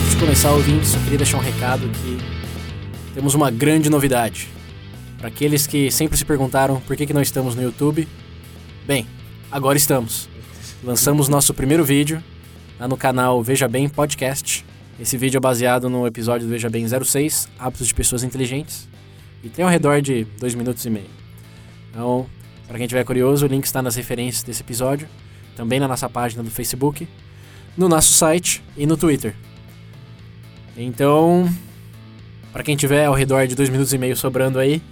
Antes de começar, ouvintes, eu queria deixar um recado que temos uma grande novidade. Para aqueles que sempre se perguntaram por que, que não estamos no YouTube, bem, agora estamos. Lançamos nosso primeiro vídeo lá no canal Veja Bem Podcast. Esse vídeo é baseado no episódio do Veja Bem 06, Hábitos de Pessoas Inteligentes, e tem ao redor de 2 minutos e meio. Então, para quem tiver curioso, o link está nas referências desse episódio, também na nossa página do Facebook, no nosso site e no Twitter. Então, para quem tiver ao redor de dois minutos e meio sobrando aí,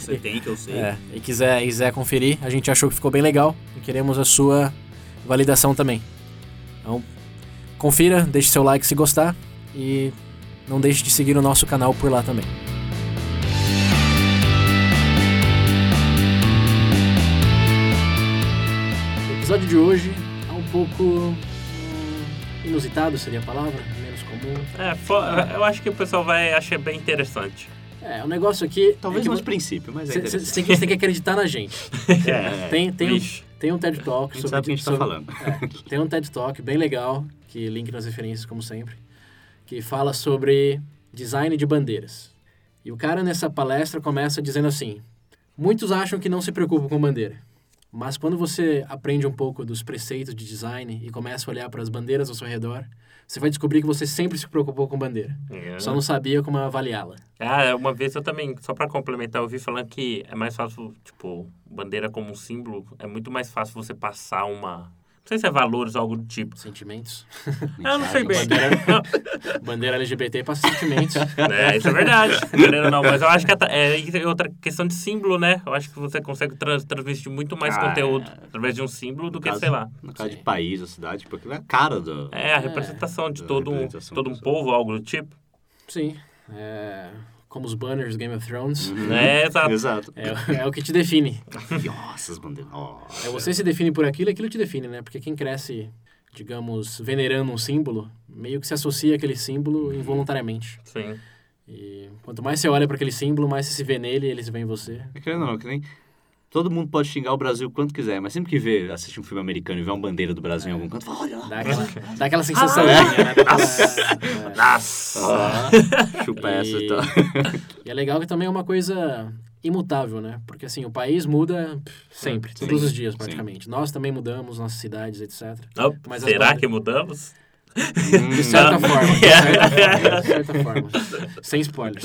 Você tem, que eu sei. é, e quiser, quiser conferir, a gente achou que ficou bem legal e queremos a sua validação também. Então, confira, deixe seu like se gostar e não deixe de seguir o nosso canal por lá também. O episódio de hoje é um pouco hum, inusitado, seria a palavra, menos comum. É, fo- eu acho que o pessoal vai achar bem interessante. É, o negócio aqui. Talvez é nos princípios, mas é interessante. Você tem, que- cê tem que acreditar na gente. É, Tem, tem, um, Vixe. tem um TED Talk A sobre, gente sabe o que a gente tá sobre- falando. Tem um TED Talk bem legal, que link nas referências, como sempre, que fala sobre design de bandeiras. E o cara nessa palestra começa dizendo assim: Muitos acham que não se preocupam com bandeira, mas quando você aprende um pouco dos preceitos de design e começa a olhar para as bandeiras ao seu redor, você vai descobrir que você sempre se preocupou com bandeira, É. só não sabia como avaliá-la. Ah, uma vez eu também, só pra complementar, eu vi falando que é mais fácil, tipo, bandeira como um símbolo, é muito mais fácil você passar uma. Não sei se é valores ou algo do tipo. Sentimentos. Ah, eu não sei bem. Bandeira. Não, Bandeira LGBT passa sentimentos. é, isso é verdade. Querendo ou não, mas eu acho que ata- é isso é outra questão de símbolo, né? Eu acho que você consegue trans- transmitir muito mais Ah, conteúdo é. através de um símbolo do No que, caso- sei lá. No caso Sim. de país ou cidade, tipo, aquilo é a cara do... É, a representação de A todo um, representação todo um do- povo, algo do tipo. Sim. É, como os banners do Game of Thrones. Uhum. É, exato. Exato. É, é o que te define. Nossa, as bandeiras. Nossa. É você se define por aquilo, aquilo te define, né? Porque quem cresce, digamos, venerando um símbolo, meio que se associa àquele Uhum. símbolo involuntariamente. Sim. E quanto mais você olha para aquele símbolo, mais você se vê nele e ele se vê em você. É que não, é que nem... Todo mundo pode xingar o Brasil quanto quiser, mas sempre que vê, assiste um filme americano e vê uma bandeira do Brasil em algum canto, fala, olha lá. Dá aquela, dá aquela sensaçãozinha, né? É, Daquela- Nossa! Ah, chupa essa e tal. é. E é legal que também é uma coisa imutável, né? Porque assim, o país muda pff, sempre, Sim, todos os dias sim. praticamente. Nós também mudamos, nossas cidades, etc. Não, Mas as será bandas- que mudamos? Hum. De é certa Não. forma. De certa forma, de certa forma. Sem spoilers.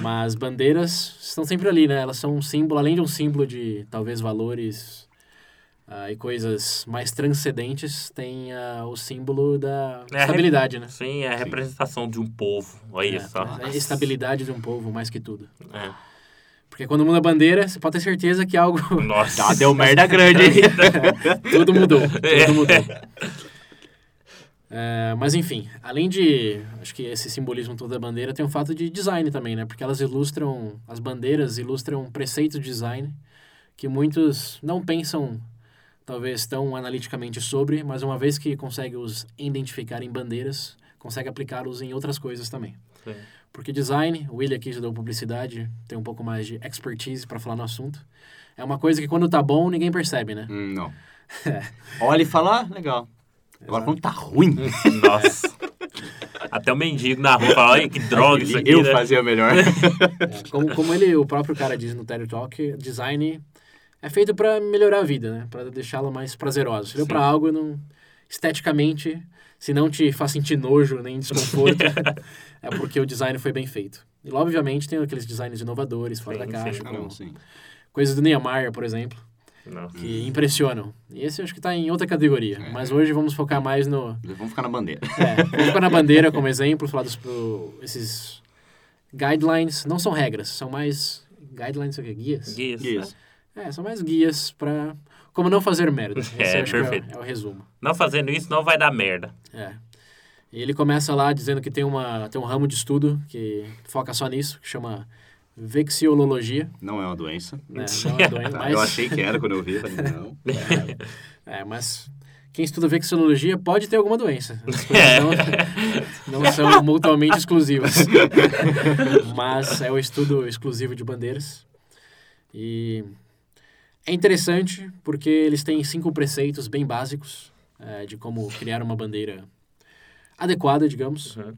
Mas bandeiras estão sempre ali, né? Elas são um símbolo, além de um símbolo de talvez valores ah, e coisas mais transcendentes, tem ah, o símbolo da É, estabilidade, né? Sim, é a Sim. representação de um povo. Olha isso. ó. É, a estabilidade de um povo, mais que tudo. É. Porque quando muda a bandeira, você pode ter certeza que algo. Nossa. Tá, deu merda grande. tudo mudou. Tudo mudou. É, mas enfim, além de. Acho que esse simbolismo todo da bandeira tem o fato de design também, né? Porque elas ilustram. As bandeiras ilustram preceitos de design que muitos não pensam, talvez, tão analiticamente sobre, mas uma vez que consegue os identificar em bandeiras, consegue aplicá-los em outras coisas também. Sim. Porque design, o William aqui já deu publicidade, tem um pouco mais de expertise para falar no assunto. É uma coisa que quando tá bom, ninguém percebe, né? Hum, não. Olha e fala, ah, legal. Agora quando tá ruim, Nossa. Até o mendigo na rua fala, olha que droga isso aqui, eu né? fazia melhor. É, como, como ele, o próprio cara diz no TED Talk, design é feito para melhorar a vida, né? Para deixá-la mais prazerosa. Se deu Sim. para algo, não esteticamente, se não te faz sentir nojo nem desconforto, é porque o design foi bem feito. E obviamente tem aqueles designs inovadores, fora Sim, da caixa, sim. Ah, como não, sim. coisas do Niemeyer, por exemplo, Nossa. que impressionam. E esse eu acho que tá em outra categoria, É. mas hoje vamos focar mais no Vamos ficar na bandeira. é, vamos ficar na bandeira como exemplo, falar dos pro- esses guidelines, não são regras, são mais guidelines, o que guias? Guias. Isso. É, são mais guias para Como não fazer merda. Esse É, acho que o- perfeito. É o resumo. Não fazendo isso não vai dar merda. É. E ele começa lá dizendo que tem, uma, tem um ramo de estudo que foca só nisso, que chama vexiolologia. Não é uma doença. Né? Não é doença, mas, Eu achei que era quando eu vi, mas não. é, mas quem estuda vexiolologia pode ter alguma doença. As coisas não, não são mutuamente exclusivas. mas é o estudo exclusivo de bandeiras. E é interessante porque eles têm cinco preceitos bem básicos é, de como criar uma bandeira adequada, digamos. Uhum.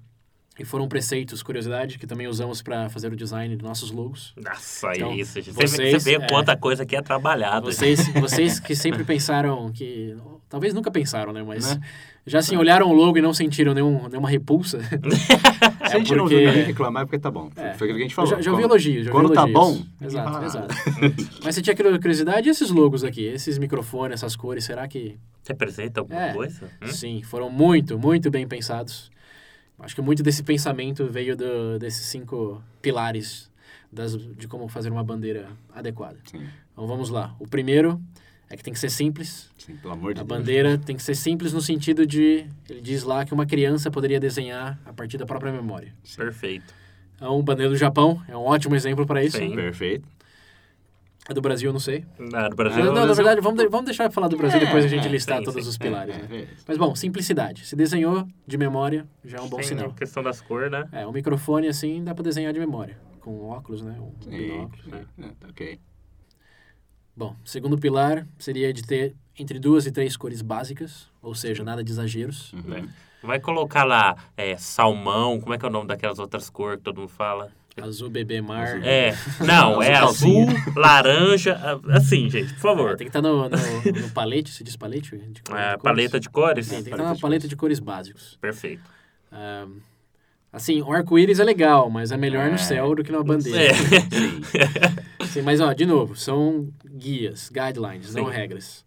E foram preceitos, curiosidade, que também usamos para fazer o design dos nossos logos. Nossa, Então, é isso. gente. Você, vê- vocês, você vê é. quanta coisa aqui é trabalhada. Vocês, vocês que sempre pensaram que. Talvez nunca pensaram, né? Mas Né? já assim olharam o logo e não sentiram nenhum, nenhuma repulsa. Se a gente não É porque- viu ninguém reclamar, é porque tá bom. É. Foi aquilo que a gente Eu falou. já, já ouvi Quando- elogios. Já quando ouvi tá elogios. bom, Exato, ah. exato. Mas você tinha curiosidade e esses logos aqui? Esses microfones, essas cores, será que. Representa alguma É. coisa? Hum? Sim, foram muito, muito bem pensados. Acho que muito desse pensamento veio do, desses cinco pilares das, de como fazer uma bandeira adequada. Sim, Então vamos lá. O primeiro é que tem que ser simples. sim, pelo amor de A Deus. bandeira tem que ser simples no sentido de. Ele diz lá que uma criança poderia desenhar a partir da própria memória. Perfeito. Então, a bandeira do Japão é um ótimo exemplo para isso. Sim. Perfeito. A do Brasil, eu não sei. Ah, no Ah, Brasil, não, no na Brasil- verdade, vamos, de- vamos deixar falar do Brasil depois a gente é, listar sim, todos sim. os É, pilares. né? é, é. Mas bom, simplicidade. Se desenhou de memória, já é um bom Sim, sinal. a questão das cores, né? É, um microfone assim dá para desenhar de memória. Com óculos, né? Um Sim, binóculo. sim. É, Ok. Bom, segundo pilar seria de ter entre duas e três cores básicas, ou seja, nada de exageros. Né? Uhum. Vai colocar lá é, salmão, como é que é o nome daquelas outras cores que todo mundo fala? Azul, bebê, mar. É, não, é azul, Azul laranja, a- assim, gente, por É, favor. Tem que estar no, no, no palete, se diz palete? De cor- É, cores? paleta de cores? Sim, tem que paleta estar na de paleta de cores básicos. Perfeito. Ah, assim, o arco-íris é legal, mas é melhor É. no céu do que numa bandeira. É. Sim, mas, ó, de novo, são guias, guidelines, não Sim. regras.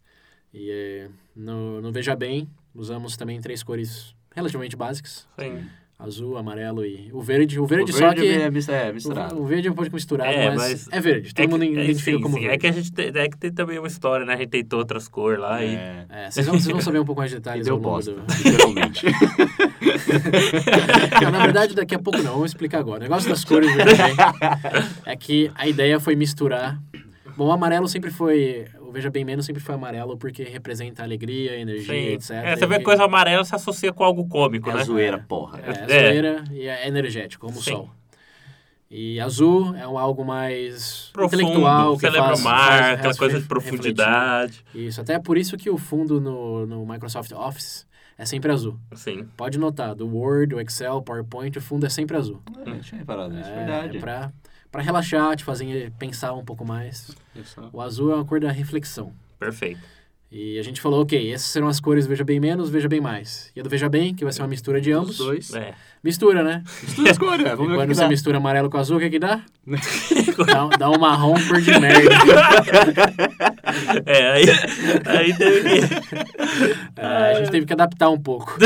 E eh, no, no Veja Bem, usamos também três cores relativamente básicas. Sim. Azul, amarelo e o verde. O verde, O só que... é mis- é misturado. O, o verde é um pouco misturado, É, mas, mas- é verde. Todo É mundo que- é, identifica sim, como sim, verde. É que a gente tem, é que tem também uma história, né? A gente tentou outras cores lá e... É. É, vocês, vão, vocês vão saber um pouco mais de E detalhes deu ao longo bosta, do- literalmente. Não, na verdade, daqui a pouco não, vamos explicar agora. O negócio das cores do Veja Bem é que a ideia foi misturar. Bom, o amarelo sempre foi. O Veja Bem menos sempre foi amarelo porque representa alegria, energia, Sim. etc. É, você vê E- coisa amarela se associa com algo cômico, É né? a zoeira, porra. É, É. zoeira e é energético, como Sim. o sol. E azul é um algo mais Profundo, intelectual, que você lembra faz, o mar, faz- aquela faz coisa de ref- refletir. profundidade. Isso, até por isso que o fundo no, no Microsoft Office é sempre azul. Sim, Pode notar, do Word, do Excel, PowerPoint, o fundo é sempre azul. É, tinha reparado nisso, É, verdade. É pra, pra relaxar, te fazer pensar um pouco mais. É só- O azul é uma cor da reflexão. perfeito. E a gente falou, ok, essas serão as cores Veja Bem Menos, Veja Bem Mais. E a do Veja Bem, que vai ser uma mistura de ambos. Os dois. É. Mistura, né? Mistura as cores, vamos E ver o quando que você dá. mistura amarelo com azul, o que que dá? dá? Dá um marrom cor de merda. É, aí, aí teve que... É, a gente teve que adaptar um pouco.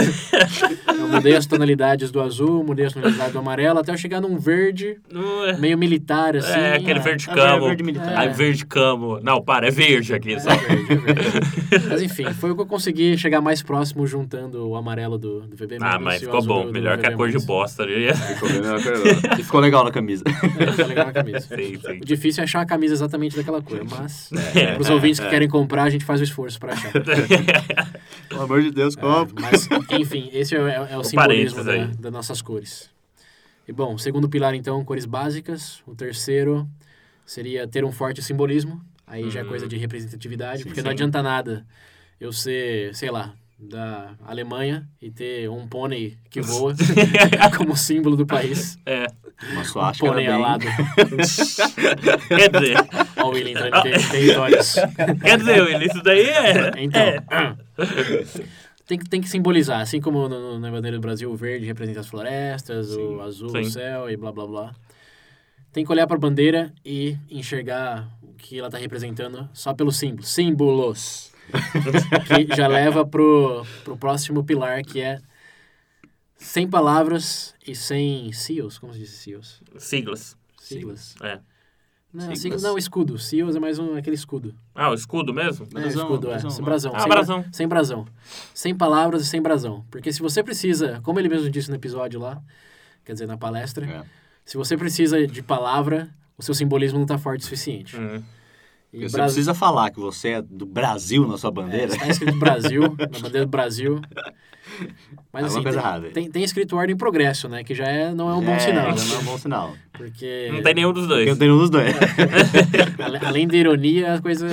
Eu mudei as tonalidades do azul, mudei as tonalidades do amarelo, até eu chegar num verde Não é- meio militar, assim. é, aquele Ah, verde Ah, camo. é verde militar. Aí verde camo. Não, para, é verde aqui. Só. É verde, é verde. Mas enfim, foi o que eu consegui chegar mais próximo juntando o amarelo do, do VB Ah, mas ficou bom. Melhor que a cor de bosta. Né? Ficou bem, não, ficou- E ficou legal na camisa. Sim, sim. O difícil é achar a camisa exatamente daquela cor, mas É. para os ouvintes que querem comprar, a gente faz o esforço para achar. Pelo amor de Deus, É. copo. Mas, enfim, esse é, é- é Um o simbolismo parênteses da, aí. das nossas cores. E bom, segundo pilar, então, cores básicas. O terceiro seria ter um forte simbolismo. Aí já é coisa de representatividade, Hum. Sim, porque não sim. adianta nada eu ser, sei lá, da Alemanha e ter um pônei que voa como símbolo do país. É. Uma suástica era Um Pônei alado. bem... Quer dizer, Olha o Willy entrando em ter- territórios. quer dizer, Willi, isso daí é. Então, é. tem, que, tem que simbolizar, assim como no- no- na bandeira do Brasil, o verde representa as florestas, o azul sim. o céu e blá blá blá. Tem que olhar para a bandeira e enxergar o que ela está representando só pelo símbolo. Símbolos. que já leva pro, pro próximo pilar, que é sem palavras e sem seals. Como se diz seals? Siglas. Siglas. É. Não, Siglas. siglas não, escudo. Seals é mais um, aquele escudo. Ah, o escudo mesmo? é, escudo, é. Sem brasão. Ah, sem, brasão. sem brasão. Sem palavras e sem brasão. Porque se você precisa, como ele mesmo disse no episódio lá, quer dizer, na palestra, É. se você precisa de palavra, o seu simbolismo não tá forte o suficiente. Hum. E Porque Você Bras- precisa falar que você é do Brasil na sua É, bandeira. está escrito Brasil, na bandeira do Brasil. Mas Alguma assim, coisa tem, errada aí. tem- tem escrito ordem e progresso, né? Que já é, não é um bom sinal. já não é um bom sinal. Porque, Não tem nenhum dos dois. Porque eu tenho um dos É. dois. ale- além da ironia, a coisa...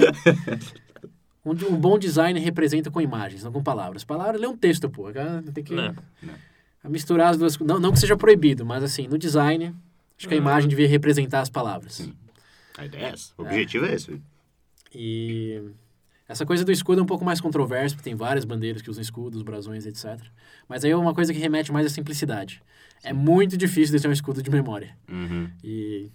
Um, de- um bom design representa com imagens, não com palavras. Palavras, lê um texto, pô. cara, Tem que Não. misturar as duas... co- Não, não que seja proibido, mas assim, no design, acho que a Hum. imagem devia representar as palavras. A ideia é essa. O objetivo é esse. E essa coisa do escudo é um pouco mais controversa, porque tem várias bandeiras que usam escudos, brasões, etc. Mas aí é uma coisa que remete mais à simplicidade. É muito difícil de ter um escudo de memória. Uhum. E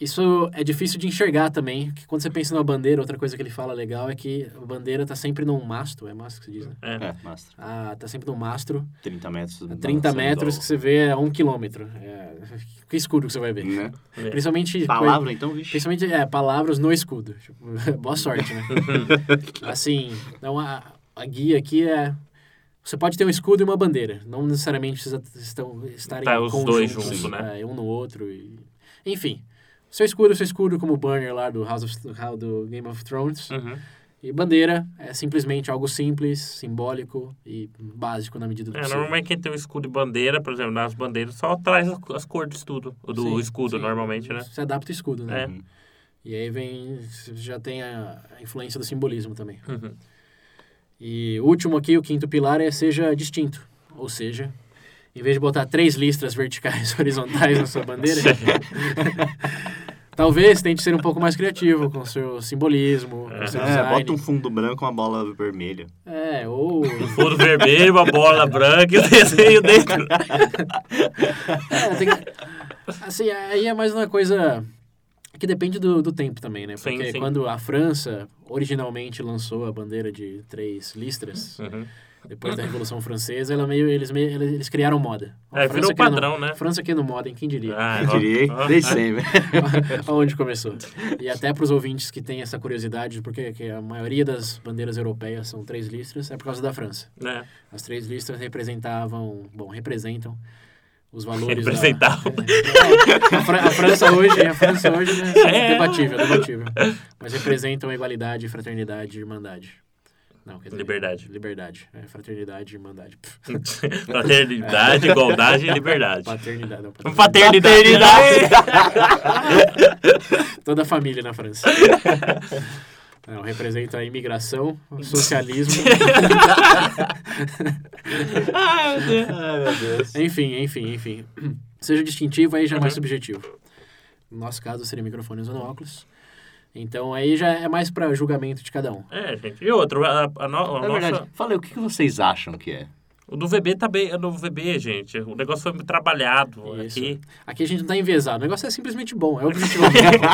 isso é difícil de enxergar também, porque quando você pensa numa bandeira, outra coisa que ele fala legal é que a bandeira tá sempre num mastro, é mastro que se diz, né? É. É, mastro. Ah, tá sempre num mastro, 30 metros. a 30 balançando metros, ao- que você vê a 1 quilômetro. É, que escudo que você vai ver. Né? Principalmente... Palavra, então, vixe. Principalmente, é, palavras no escudo. Tipo, boa sorte, né? assim, então a, a guia aqui é... Você pode ter um escudo e uma bandeira. Não necessariamente precisa estão, estarem Tá, os conjuntos, dois juntos, né? é, um no outro. e- Enfim, seu escudo é seu escudo, como o banner lá do, House of, do Game of Thrones. Uhum. E bandeira é simplesmente algo simples, simbólico e básico na medida do É, possível. normalmente quem tem o escudo e bandeira, por exemplo, nas bandeiras, só traz as, as cores tudo, o do Sim, escudo, sim. normalmente, né? Você adapta o escudo, né? É. E aí vem... Já tem a a influência do simbolismo também. Uhum. E o último aqui, o quinto pilar, é seja distinto. Ou seja, em vez de botar três listras verticais horizontais na sua bandeira, talvez tente ser um pouco mais criativo com o seu simbolismo, com o seu É, design. bota um fundo branco, uma bola vermelha. um É, ou... Fundo vermelho, uma bola branca e o desenho dentro. É, tem que- Assim, aí é mais uma coisa que depende do, do tempo também, né? Sim, Porque sim. quando a França originalmente lançou a bandeira de três listras, Uhum. depois da Revolução Francesa, ela meio, eles, meio, eles criaram moda. A É, França virou criando- padrão, né? França que no moda, hein? Quem diria? Ah, Eu ó, diria, hein? ó. Desde sempre. Aonde começou. E até para os ouvintes que têm essa curiosidade, porque que a maioria das bandeiras europeias são três listras, é por causa da França. É, As três listras representavam, bom, representam os valores da... representar. A, Fra- a França hoje, a França hoje né, É. debatível, debatível. Mas representam a igualdade, fraternidade e irmandade. Não, quer dizer, Liberdade. Liberdade. É, fraternidade e irmandade. Pff, Fraternidade, igualdade e liberdade. Paternidade. Não, paternidade. Paternidade! Toda a família na França. Não, representa a imigração, o socialismo. Ai, meu Deus. Ai, meu Deus. Enfim, enfim, enfim. Seja distintivo, aí já é Uhum. mais subjetivo. No nosso caso, seria microfone usando óculos. Então, aí já é mais para julgamento de cada um. É, gente. E outro, a, a no- a nossa- Na É verdade, fala aí, o que que vocês acham que é? O do VB tá bem. O do VB, gente. O negócio foi trabalhado Isso. aqui. Aqui a gente não tá envezado, o negócio é simplesmente bom, é objetivo.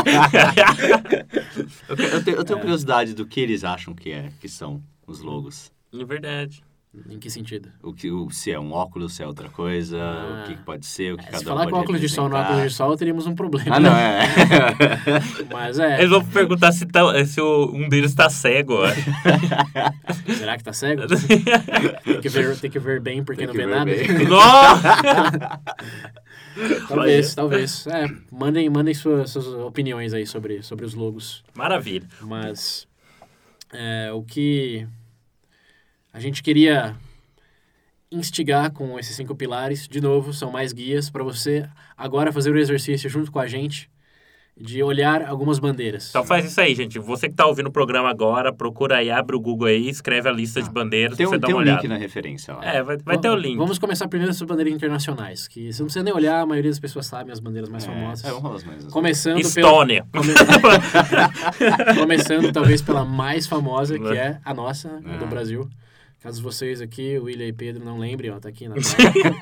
Eu, que- eu tenho, eu tenho curiosidade do que eles acham que é, que são os logos. É verdade. em que sentido? O que, o, se é um óculos, se é outra coisa, Ah. o que que pode ser, o que cada Se um falar pode com óculos de sol no representar. óculos de sol, teríamos um problema. Ah, não, é. Mas é, Eles vão perguntar se, tá, se o- um deles tá cego. ó. será que tá cego? Tem que ver, tem que ver bem porque Tem não que vê ver nada. bem. Nossa! Talvez, talvez. É, mandem, mandem suas, suas opiniões aí sobre, sobre os logos. Maravilha. Mas é, o que a gente queria instigar com esses cinco pilares, de novo, são mais guias para você agora fazer o exercício junto com a gente de olhar algumas bandeiras. Então faz isso aí, gente. Você que tá ouvindo o programa agora, procura aí, abre o Google aí, escreve a lista de bandeiras Tem pra você um, dar tem uma um olhada. link na referência lá. É, vai, vai ter o link. Vamos começar primeiro sobre bandeiras internacionais, que você não precisa nem olhar, a maioria das pessoas sabe as bandeiras mais É, famosas. É, vamos falar as mais. Começando pelo, Estônia. Começando talvez pela mais famosa, que é a nossa, a do Ah. Brasil. Caso vocês aqui, o William e Pedro, não lembrem, ó, tá aqui na tela.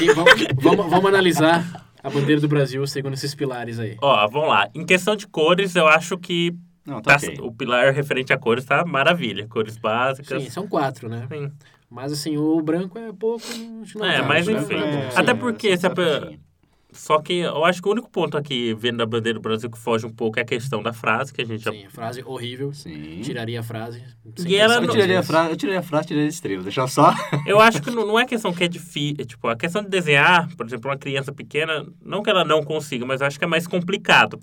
E vamos, vamos, vamos analisar a bandeira do Brasil segundo esses pilares aí. Ó, vamos lá. Em questão de cores, eu acho que Não, tá- tá ok. o pilar referente a cores tá maravilha. Cores básicas. Sim, são quatro, né? Sim. Mas assim, o branco é pouco. a gente não É, tá, mas né? enfim. É, Até sim. porque se a pe- rapidinho. Só que eu acho que o único ponto aqui, vendo a bandeira do Brasil, que foge um pouco é a questão da frase, que a gente já. Sim, a frase horrível. Sim. Tiraria a frase. E pensar ela Eu não- duas tirei a vezes. frase, eu tirei a frase, tirei a estrela. Deixa só. Eu acho que não, não é questão que é difícil. Tipo, a questão de desenhar, por exemplo, uma criança pequena, não que ela não consiga, mas eu acho que é mais complicado.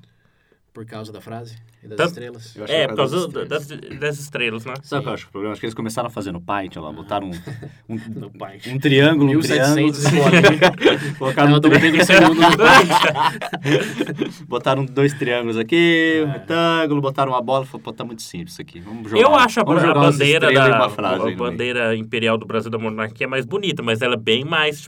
Por causa da frase e das Tanto- estrelas. Eu acho que É, é por por causa causa do- das, das das estrelas, né? Sabe o que eu acho que o problema? Acho que eles começaram a fazer no Python lá, botaram um, um, No pai. um triângulo, um triângulo. 1700 escolhe. Colocaram, Ela um do tri- Pedro II. botaram dois triângulos aqui, um É. retângulo, botaram uma bola. Falou, pô, tá muito simples isso aqui. Vamos jogar. Eu acho a, vamos a jogar umas bandeira estrelas e da uma a frase aí no meio. bandeira imperial do Brasil da monarquia é mais bonita, mas ela é bem mais tipo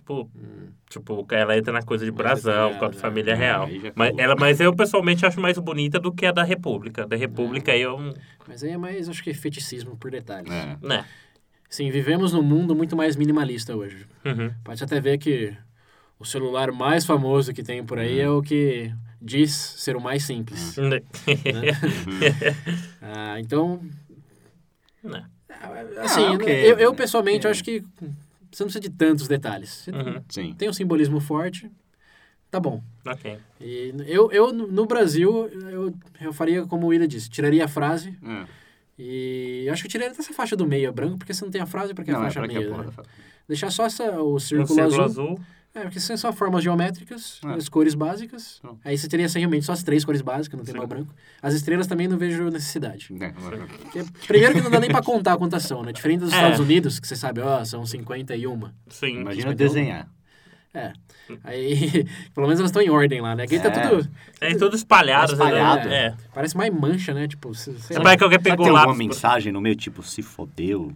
tipo ela entra na coisa de Mais né? brasão, por detalhada, causa da família é. real. Aí já Mas acabou. ela, mas eu pessoalmente acho mais bonita do que a da República. Da República aí eu Mas aí é mais, acho que é feticismo por detalhes. É. né. Sim, vivemos num mundo muito mais minimalista hoje. Uhum. Pode até ver que o celular mais famoso que tem por Uhum. aí é o que diz ser o mais simples. Uhum. Ah, então, Né. assim, Ah, ok. eu, eu pessoalmente É. acho que você não precisa de tantos detalhes. Você Uhum. Sim. Tem um simbolismo forte, tá bom. Ok. Um E eu, eu no no Brasil, eu, eu faria como o William disse, tiraria a frase É. e eu acho que eu tiraria até essa faixa do meio é branco, porque você não tem a frase, porque a Não, é faixa pra que a meio. porra É né? da frase? Deixar só essa, o Um círculo, círculo azul. azul. É, porque são só formas geométricas, É. as cores básicas. Pronto. Aí você teria assim, realmente só as três cores básicas, não tem Sim. mais branco. As estrelas também não vejo necessidade. É, mas- Porque, primeiro que não dá nem pra contar a contação, né? Diferente dos É. Estados Unidos, que você sabe, ó, são 51. Sim. Imagina um desenhar. É. Aí, pelo menos elas estão em ordem lá, né? Aqui tá É. tudo. É tudo espalhado, Espalhado. né? É. Parece mais mancha, né? Tipo, se- sei É lá. para que alguém Será que pegou tem lá. alguma mensagem no meio, tipo, se fodeu?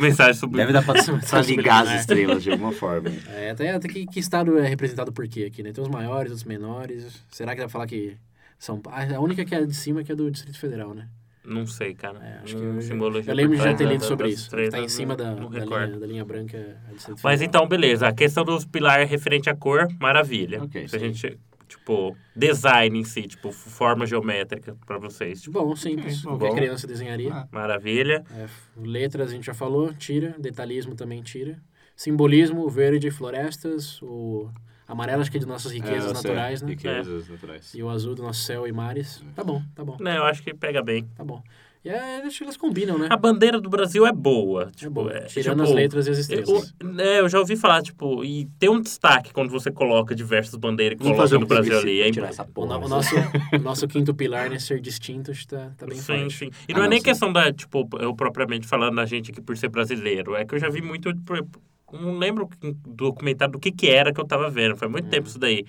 mensagem sobre Deve dar pra, pra ligar as Subliminar. estrelas de alguma forma. hein? É, até, até que, que estado é representado por quê aqui, né? Tem os maiores, os menores. Será que dá pra falar que são. Pa- A única que é de cima que é do Distrito Federal, né? Não sei, cara. É, acho que Não, eu- simbologia Eu lembro de já por ter trás lido da- sobre das isso. três, né, Tá em não- cima da, não da recordo. linha, da linha branca. é do Distrito Mas Federal. então, beleza. A questão dos pilares referente à cor, maravilha. Ok, Se a sim. gente, tipo, design em si, tipo, forma geométrica pra vocês. Tipo, Bom, simples. Ok, Qualquer bom. criança desenharia. Ah. maravilha. É, letras a gente já falou, tira. Detalhismo também tira. Simbolismo, verde, florestas. O amarelo acho que é de nossas riquezas É, eu sei. naturais, né? Riquezas naturais. E o azul do nosso céu e mares. Tá bom, tá bom, Né, eu acho que pega bem. tá bom. E é, acho que elas combinam, né? A bandeira do Brasil é boa. É Tipo, bom. é, Tirando tipo, as letras e as Eu, estrelas. é, eu já ouvi falar, tipo, e tem um destaque quando você coloca diversas bandeiras que Vamos coloca fazer um no Brasil plebiscito ali. É pra tirar essa O, porra. no- o nosso, o nosso quinto pilar, né? Ser distinto, está tá bem Sim, forte. sim. E Ah, não é não, nem sim. questão da, tipo, eu propriamente falando a gente aqui por ser brasileiro. É que eu já vi muito. por exemplo, Não lembro que- do documentário do que, que era que eu tava vendo. Foi muito tempo isso daí.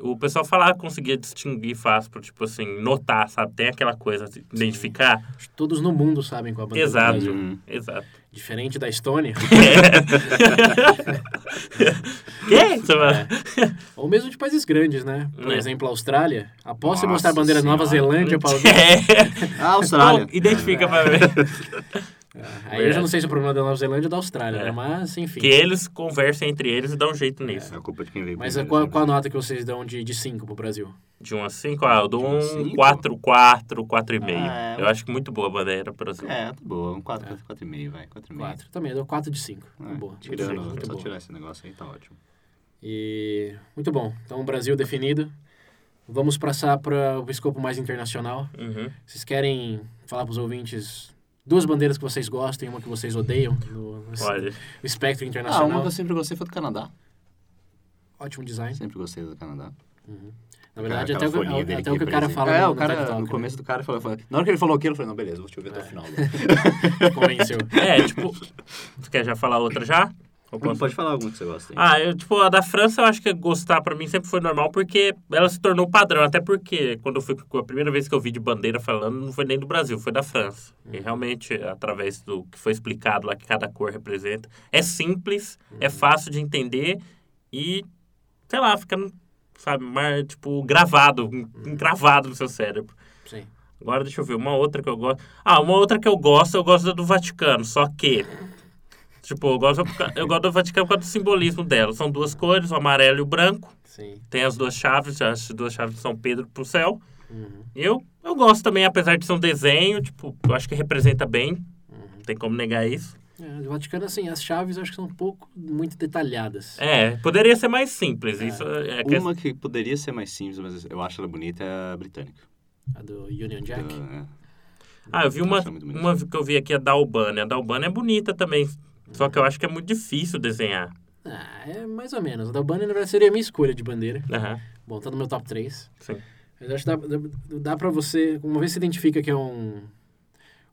O pessoal falava que conseguia distinguir fácil, por, tipo assim, notar, sabe? Tem aquela coisa de identificar. Acho que Todos no mundo sabem qual é a bandeira do Exato. Brasil. Uhum. Exato. Diferente da Estônia. que? Você vai- Ou mesmo de países grandes, né? Por É. exemplo, a Austrália. Após você Nossa mostrar a bandeira da Nova Senhora. Zelândia para alguém. É. Ah, Austrália. Bom, identifica pra ver. Aí eu já não sei se é o problema da Nova Zelândia ou da Austrália, É. né? Mas, enfim. Que eles conversem entre eles e dão um jeito nisso. É a culpa de quem veio Mas primeiro, né? qual, sabe? qual a nota que vocês dão de 5 de cinco pro Brasil? De 1 a 5, ah, eu dou De um a um cinco? 4, 4, 4,5. Ah, é. Eu acho que muito boa a bandeira, por exemplo. É, tá boa. Um 4, 4,5, vai. 4,5. 4. Também, eu dou 4 de 5. É, Tá boa. muito tirando, boa, muito só boa. tirar esse negócio aí, tá ótimo. E muito bom. Então, o Brasil definido. Vamos passar para o escopo mais internacional. Uhum. Vocês querem falar para os ouvintes duas bandeiras que vocês gostam e uma que vocês odeiam no, no es- Olha, espectro Ah, uma internacional? que eu sempre gostei foi do Canadá. Ótimo design. Sempre gostei do Canadá. Na verdade, Aquela até, o, folhinha até dele o que o cara representa. fala É, no, o no cara, TED Talk, no né? É. começo do cara, falou, falou- na hora que ele falou aquilo, eu falei, não, beleza, vou te ouvir até o final. Convenceu. é, tipo. Você quer já falar outra já? Ou Não posso? pode falar algum que você gosta. hein? Ah, eu, tipo, a da França eu acho que gostar pra mim sempre foi normal, porque ela se tornou padrão. Até porque quando eu fui. A primeira vez que eu vi de bandeira falando não foi nem do Brasil, foi da França. E realmente, através do que foi explicado lá, que cada cor representa, é simples, é fácil de entender e, sei lá, fica, sabe, mais, tipo, gravado, encravado no seu cérebro. Sim. Agora deixa eu ver, uma outra que eu gosto. Ah, uma outra que eu gosto, eu gosto da do Vaticano, só que. Tipo, eu gosto, eu gosto do Vaticano por causa do simbolismo dela. São duas cores, o amarelo e o branco. Sim. Tem as duas chaves, as duas chaves de São Pedro pro céu. Uhum. E eu, eu gosto também, apesar de ser um desenho, tipo, eu acho que representa bem. Não tem como negar isso. É, o Vaticano, assim, as chaves eu acho que são um pouco muito detalhadas. É, poderia ser mais simples. Isso é que- Uma que poderia ser mais simples, mas eu acho ela bonita, é a britânica. A do Union Jack. Ela- é. Ah, eu vi uma, Nossa, é muito bonito. uma que eu vi aqui, a da Albânia. A da Albânia é bonita também. Só que eu acho que é muito difícil desenhar. Ah, é mais ou menos. A da Banner, na verdade, seria a minha escolha de bandeira. Aham, Bom, tá no meu top 3. sim. Mas eu acho que dá, dá, dá pra você... Uma vez que você identifica que é um...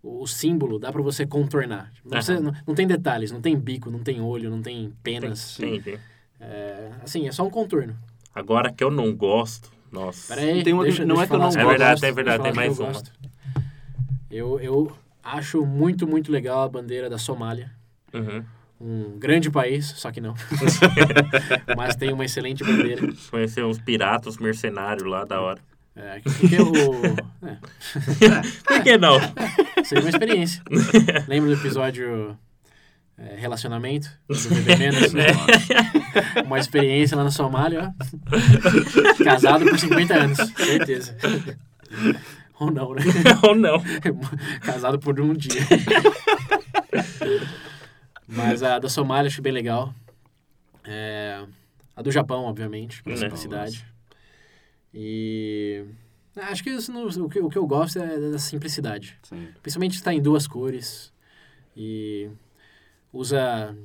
O o símbolo dá pra você contornar. Tipo, Não, Aham. precisa- não, não tem detalhes, não tem bico, não tem olho, não tem penas. Entendi. É, assim, é só um contorno. Agora que eu não gosto. Nossa. Pera aí, Tem outra- deixa- não é deixa que eu falar não se gosto. É verdade, é gosto, verdade, deixa tem eu falar se mais eu gosto. Eu, eu acho muito, muito legal a bandeira da Somália. Uhum. Um grande país, só que não. Mas tem uma excelente bandeira. Conhecer uns piratas, uns mercenários lá, da hora. É, que, que é o... é, Por que não? Seria uma experiência. Lembra do episódio é, Relacionamento? Do Bebê Menos? É. É. Uma experiência lá na Somália, ó. Casado por 50 anos, certeza. Ou não, né? Ou não? Casado por um dia. Mas a da Somália acho bem legal. É, a do Japão, obviamente, pela Né. simplicidade. E. ah, Acho que isso não- o, que, o que eu gosto é da simplicidade. Sim. Principalmente está em duas cores e usa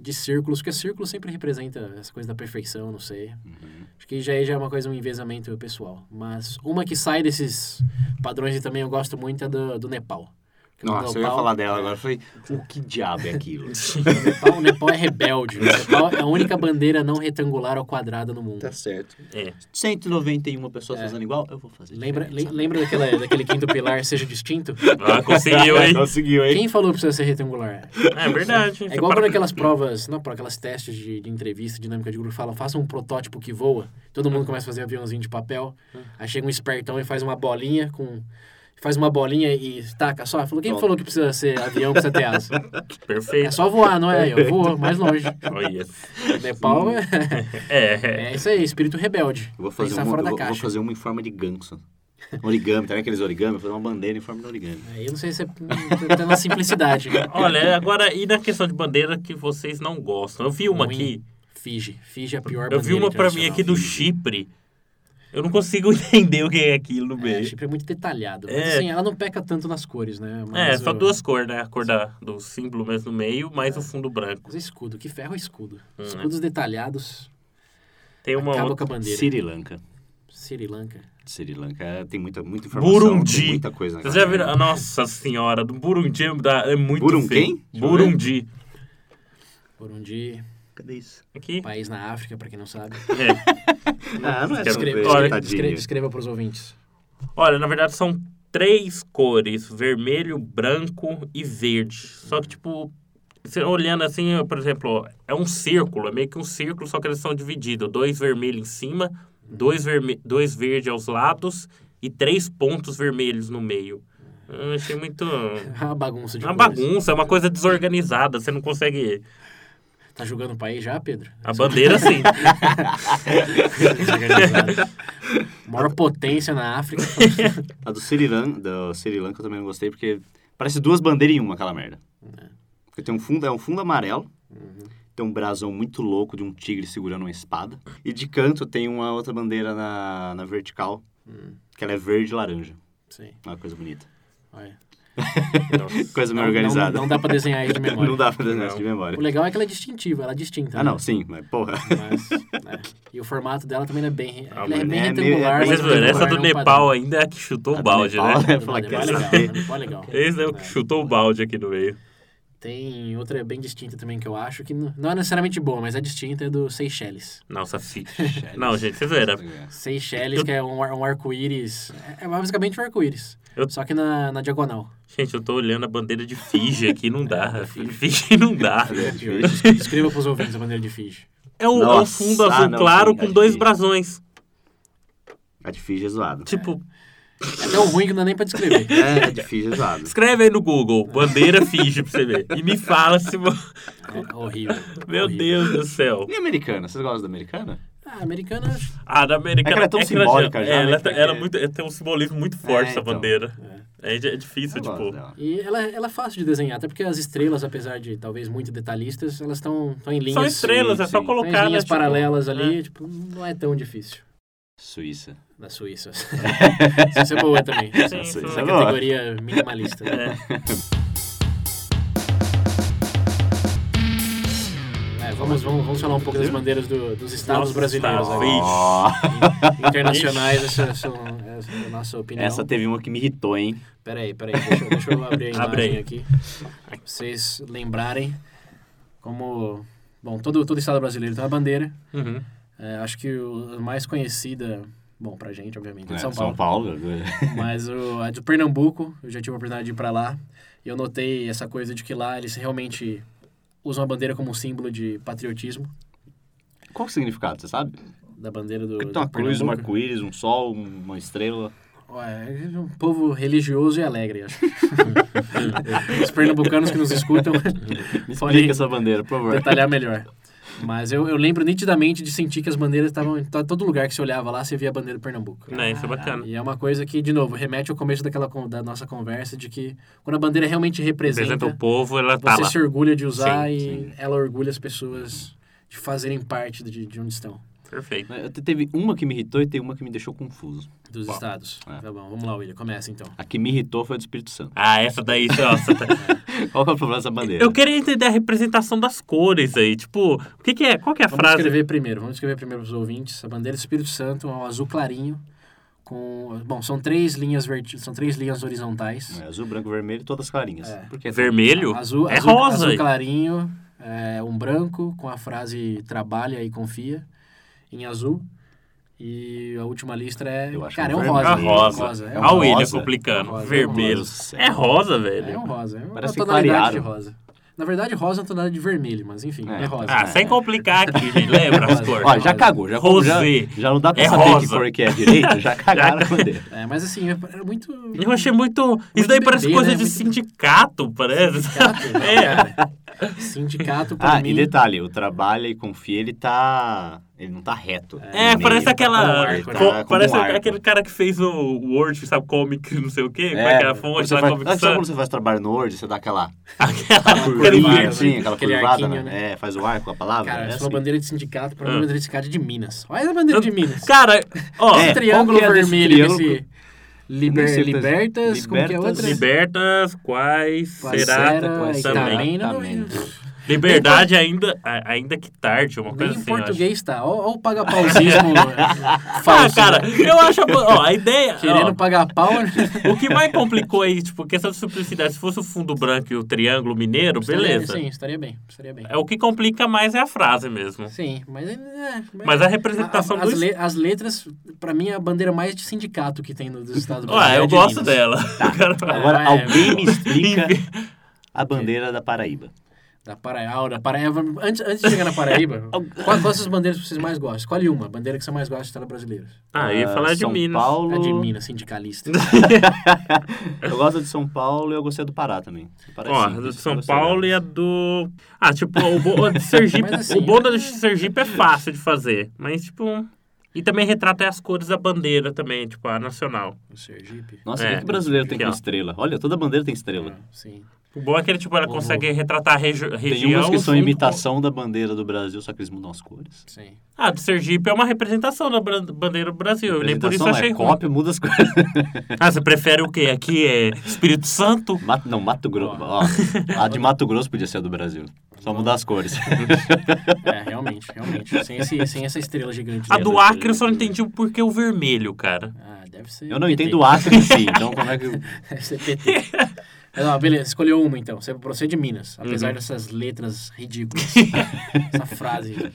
de círculos, porque círculo sempre representa essa coisa da perfeição, não sei. Uhum. Acho que já é, já é uma coisa, um envezamento pessoal. Mas uma que sai desses padrões e também eu gosto muito é do, do Nepal. Porque no Nossa, eu ia Nepal- falar dela agora. Eu falei, o que diabo é aquilo? O Nepal, o Nepal é rebelde. O Nepal é a única bandeira não retangular ou quadrada no mundo. Tá certo. É. É. 191 pessoas fazendo igual, eu vou fazer. Lembra, diferente, né? le- sabe? lembra daquela, daquele quinto pilar, seja distinto? Ah, conseguiu, hein? Conseguiu, hein? Quem falou que precisa ser retangular? É verdade. É igual quando aquelas provas, não, para aquelas testes de, de entrevista, dinâmica de grupo, falam, faça um protótipo que voa. Todo mundo começa a fazer aviãozinho de papel. Hum. Aí chega um espertão e faz uma bolinha com. Faz uma bolinha e taca só. Falou, quem Toma. falou que precisa ser avião, precisa ter asa? É Perfeito. só voar, não é? Aí, ó, voa mais longe. Olha. Hum. Nepal é, É, é. é isso aí, espírito rebelde. Eu vou fazer, Pensar uma, fora eu da vou, eu vou caixa. fazer uma em forma de ganso. Origami, tá vendo aqueles origami? Eu Vou fazer uma bandeira em forma de origami. Aí eu não sei se é tá na simplicidade. né? Olha, agora, e na questão de bandeira que vocês não gostam? Eu vi uma aqui. Fiji. Fiji é a pior Eu vi uma pra mim aqui do Chipre. Eu não consigo entender o que é aquilo no É, meio. Chipre é muito detalhado. Mas, É. assim, ela não peca tanto nas cores, né? É, Mas só o- duas cores, né? A cor da, do símbolo mesmo no meio, mais o fundo branco. Mas é escudo, que ferro é escudo. Hum, Escudos detalhados, Tem uma acaba outra. com a bandeira. Sri Lanka. Sri Lanka. Sri Lanka é, tem muita, muita informação. Burundi. Tem muita coisa. Vocês já naquela viram? bandeira. Ah, Nossa senhora, do Burundi é da- é muito Burum feio. quem? Deixa eu Burundi. Burundi, Cadê isso? Aqui? país na África, pra quem não sabe. É. Ah, não é Quero sobre ver. isso, Olha, Descreva, tadinho. descreva, descreva pros ouvintes. Olha, na verdade são três cores: vermelho, branco e verde. Só que, tipo, você olhando assim, por exemplo, é um círculo, é meio que um círculo, só que eles são divididos: dois vermelhos em cima, dois, verme... dois verdes aos lados e três pontos vermelhos no meio. Eu achei muito. É É uma bagunça de uma cores. bagunça, é uma coisa desorganizada, você não consegue. Tá julgando o país já, Pedro? A bandeira, assim. sim. Desorganizado. Maior potência na África. A do Sri, Lanka, do Sri Lanka eu também não gostei, porque parece duas bandeiras em uma aquela merda. Porque tem um fundo, é um fundo amarelo, Uhum. tem um brasão muito louco de um tigre segurando uma espada, e de canto tem uma outra bandeira na, na vertical, Hum. que ela é verde e laranja. Sim, Uma coisa bonita. olha. Nossa. Coisa meio Não- organizada. Não, não dá pra desenhar isso de memória. Não dá pra desenhar Não. isso de O memória. legal é que ela é distintiva, ela é distinta. Ah, não, né? sim, mas porra. Mas, né? E o formato dela também não é bem... Ah, ela é mas bem é meio- retangular. é Mas mas bem- retangular essa do não Nepal um padrão. ainda é a que chutou A o do balde, Nepal, né? eu ia Do falar, Nepal é cara, legal, do Nepal é legal. Esse é o que chutou o balde aqui no meio. Tem outra bem distinta também que eu acho, que não não é necessariamente boa, mas é distinta, é do Seychelles. Nossa, ficha. Não, gente, né? vocês viram. Seychelles, que é um, ar- um arco-íris. É, é basicamente um arco-íris. Eu- Só que na, na diagonal. Gente, eu tô olhando a bandeira de Fiji aqui, não dá. Fiji não dá. Escreva pros ouvintes a bandeira de Fiji. É um, é um Nossa, fundo azul ah, não, claro sim, com é dois difícil. brasões. A de Fiji é zoada. Tipo, É tão ruim que não dá nem pra descrever. É, a de Fiji é zoada. escreve aí no Google, bandeira Fiji, pra você ver. E me fala se... vo- É horrível. Meu horrível. Deus do céu. E a americana? Vocês gostam da americana? Ah, americana, acho- Ah, da América... É que ela é tão já- simbólica já, é, né? ela, Porque- ela é muito, tem um simbolismo muito forte, É, essa então. bandeira. é. É, é difícil, Eu gosto tipo. dela. E ela, ela é fácil de desenhar, até porque as estrelas, apesar de talvez muito detalhistas, elas estão em linhas. São estrelas, sim, é só sim. tão em colocar. né, linhas tipo, paralelas ali, é. tipo, não é tão difícil. Suíça. Da Suíça. Isso é boa também. Essa Sim, Suíça sim. é boa. categoria minimalista. né? É. É, vamos, vamos, vamos falar um pouco das bandeiras do- dos estados Nossa, brasileiros estados. aí. Ó, internacionais, essa, são- essa é a nossa opinião. essa teve uma que me irritou, hein? Peraí, peraí, deixa, eu- deixa eu abrir a Abre imagem aí. aqui. Pra vocês lembrarem como... Bom, todo, todo estado brasileiro tem uma bandeira. Uhum. É, acho que o- a mais conhecida, bom, pra gente, obviamente, é de São É, Paulo. Mas o, a de Pernambuco, eu já tive a oportunidade de ir pra lá. E eu notei essa coisa de que lá eles realmente usam a bandeira como um símbolo de patriotismo. Qual que é o significado, você sabe? Da bandeira do. Porque tem uma do cruz, um Pernambuco. arco-íris, um sol, uma estrela. Ué, é um povo religioso e alegre, acho. Os pernambucanos que nos escutam Me podem explica essa bandeira, por favor. detalhar melhor. Mas eu, eu lembro nitidamente de sentir que as bandeiras estavam em to- todo lugar que você olhava lá, você via a bandeira do Pernambuco. Né, isso é bacana. E é uma coisa que, de novo, remete ao começo daquela con- da nossa conversa de que quando a bandeira realmente Representa representa, o povo, ela tá você lá. se orgulha de usar Sim, e sim. ela orgulha as pessoas de fazerem parte de, de onde estão, Perfeito. Né, Eu te- Teve uma que me irritou e tem uma que me deixou confuso. dos Bom, estados. é. Tá bom, vamos lá, William, começa então. A que me irritou foi a do Espírito Santo. Ah, essa daí, nossa. tá- Qual que é o problema dessa bandeira? Eu queria entender a representação das cores aí. Tipo, o que, que é? Qual que é a Vamos frase? escrever primeiro, vamos escrever primeiro para os ouvintes. A bandeira do Espírito Santo é um azul clarinho com, bom, são três linhas verti são três linhas horizontais. É, azul, branco, vermelho, todas clarinhas. É. Por quê? Vermelho? Azul, é azul, rosa. azul aí. clarinho, é, um branco com a frase trabalha e confia em azul. E a última listra é, Eu acho cara, é um um vermelho. rosa. É rosa. É É um um Olha o William rosa. complicando. É um rosa, é um Meu Vermelho. Deus do céu. É rosa, É velho. um rosa. É uma Parece que tonalidade de clarearam. rosa. Na verdade, rosa é uma tonalidade de vermelho, mas enfim, é, É. rosa. Ah, sem complicar aqui, gente. Lembra as Rosa. cores. Olha, já Rosa. cagou, já, como já, Rosé. já não dá pra É saber rosa. que cor que é direito, já cagaram a bandeira. É, mas assim, era muito. Eu achei muito. Isso daí bebê, parece coisa né? de Muito- sindicato, parece. Sindicato, né, é. cara? Sindicato pra Ah, mim. e detalhe, o trabalho e confia, ele tá. Ele não tá reto. É, Ele parece tá aquela. com- ele tá co- com um parece arco. aquele cara que fez o Word, sabe, comic, não sei o quê. Como É, é que é a quando fonte você Ah, da faz- Comic sabe Sans? quando você faz trabalho no Word, você dá aquela Aquela curvinha, curvinha. assim, né? aquela Aquele curvada, arquinho, né? É, faz o arco, a palavra. Cara, é isso é assim. uma bandeira de sindicato, pra mim, é Ah. uma bandeira de sindicato de Minas. Olha a bandeira de Minas. Cara, ó. É, Esse triângulo qual que é desse vermelho, triângulo? esse. Liber, Nem sei o que tá- libertas, como que é Libertas, outra? Libertas, quais Quais será? era, quais também. será? Itamena, não- Itamena. Liberdade ainda, a- ainda que tarde, uma Nem coisa em assim. eu acho. português tá. Olha o paga-pauzismo eh, Ah, falso. cara, né? eu acho. a bo- Ó, a ideia. Querendo pagar pau. ó, o que mais complicou aí, tipo, questão de simplicidade, se fosse o fundo branco e o triângulo mineiro, beleza. Sim, estaria bem. Estaria bem. É o que complica mais é a frase mesmo. Né? Sim, mas... É, Mas tá a representação as, dos. le- as letras, pra mim, é a bandeira mais de sindicato que tem no- dos Estados Unidos. Ué, eu gosto dela. O cara fala, É Agora, É, alguém me explica a bandeira da Paraíba. Da Paraíba, da Paraíba. Antes, antes de chegar na Paraíba, qual- quais as bandeiras que vocês mais gostam? Escolhe uma, bandeira que você mais gosta do Estado brasileiro. Ah, eu ia Ah, falar de São Minas. Paulo. A de Minas, sindicalista. eu gosto de São Paulo e eu gostei do Pará também. Do Pará é Ó, simples, a do eu São gostei Paulo dela. e a do. Ah, tipo, o bo- a de Sergipe. Mas assim, o bom da de Sergipe é fácil de fazer. Mas, tipo. E também retrata as cores da bandeira também, tipo, a nacional. O Sergipe. Nossa, É. o que que o brasileiro tem Aqui, com ó. estrela? Olha, toda bandeira tem estrela. Ah, Sim. O bom é que ele, tipo, ela Uhum. consegue retratar a regi região. Tem umas que são junto imitação da bandeira do Brasil, só que eles mudam as cores. Sim. com- Ah, do Sergipe é uma representação da bran- bandeira do Brasil. Nem por isso eu Apresentação, achei é, ruim. cópia, muda as cores. Ah, você prefere o quê? Aqui é Espírito Santo? Mato, não, Mato Grosso. Ó, a de Mato Grosso podia ser a do Brasil. Só mudar as cores. É, realmente, realmente. Sem, esse, sem essa estrela gigante. A dela. do Acre eu só não entendi o porquê o vermelho, cara. Ah, deve ser. Eu não PT. entendo o Acre em si, então como é que... Deve ser PT. Mas, ó, beleza, escolheu uma então. Você você é de Minas, Uhum. apesar dessas letras ridículas. essa frase.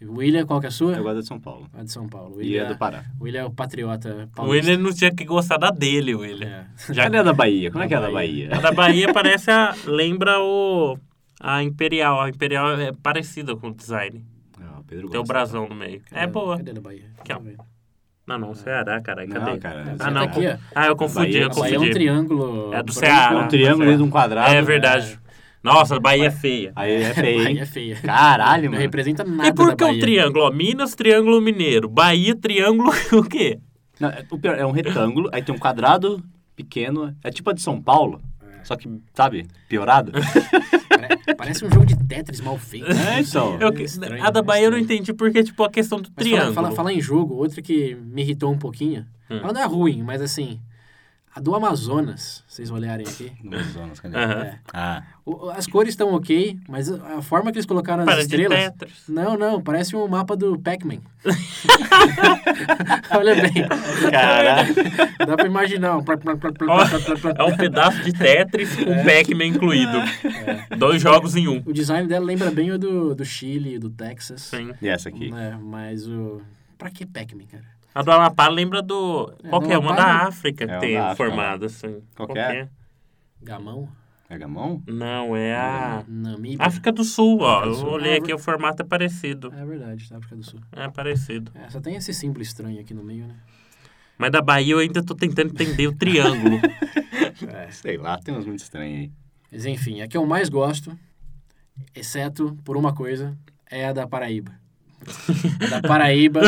William, qual que é a sua? Eu gosto da de São Paulo. A de São Paulo. E William, a do Pará. William é o patriota O paulista. William não tinha que gostar da dele, William. É. Já Cadê a da Bahia? Como é que é a Da da Bahia. Bahia? A da Bahia parece a. lembra o. A Imperial. A Imperial é parecida com o design. Ah, o Pedro Tem o gosta. brasão no meio. É Cadê- boa. Cadê da Bahia? Aqui, ó. Deixa eu ver. Não, não, Ceará, caralho. Não, Cadê? cara. Ah, tá não. Aqui, ó. Ah, eu confundi, Bahia- eu A Bahia é um confundi. triângulo. É branco. do Ceará. É um triângulo Mas é. dentro de um quadrado. É verdade. Nossa, a Bahia é feia. Aí é feio, Bahia é hein? feia. Caralho, Não mano. representa nada E por que da um Bahia. triângulo? Ó, Minas, triângulo mineiro. Bahia, triângulo o quê? Não, é- o pior é um retângulo, aí tem um quadrado, pequeno. É tipo a de São Paulo, só que, sabe, piorada. Pare- Parece um jogo de Tetris mal feito. É, então. Eu que- Estranho, a da né? Bahia eu não Estranho. entendi porque, tipo, a questão do Mas triângulo. fala- fala, fala em jogo, outra que me irritou um pouquinho. Hum. Ela não é ruim, mas assim. A do Amazonas, vocês olharem aqui. No Amazonas, cadê? Aham. É. Ah, O- as cores estão ok, mas a forma que eles colocaram as Parece estrelas. de Tetris. Não, não, parece um mapa do Pac-Man. Olha bem, caralho. dá pra imaginar. um plá, plá, plá, plá, Ó, plá, plá, plá. É um pedaço de Tetris com É. Pac-Man incluído. Dois jogos em um. O design dela lembra bem o do, do Chile, do Texas. Sim. E essa aqui? É, mas o. Pra que Pac-Man, cara? A do Amapá lembra do. É, Qual do que é? Uma Amapá, da né? África É, que uma tem da África, formada, assim. Qual que Qual é? que Gamão? Pergamão? Não, é a. Namíbia? África do Sul, ó. Hum. África do Eu Sul. olhei aqui, o formato é parecido. É verdade, da África do Sul. É parecido. É, só tem esse símbolo estranho aqui no meio, né? Mas da Bahia eu ainda tô tentando entender o triângulo. Sei lá, tem uns muito estranhos aí. Mas enfim, a que eu mais gosto, exceto por uma coisa, é a da Paraíba. A da Paraíba,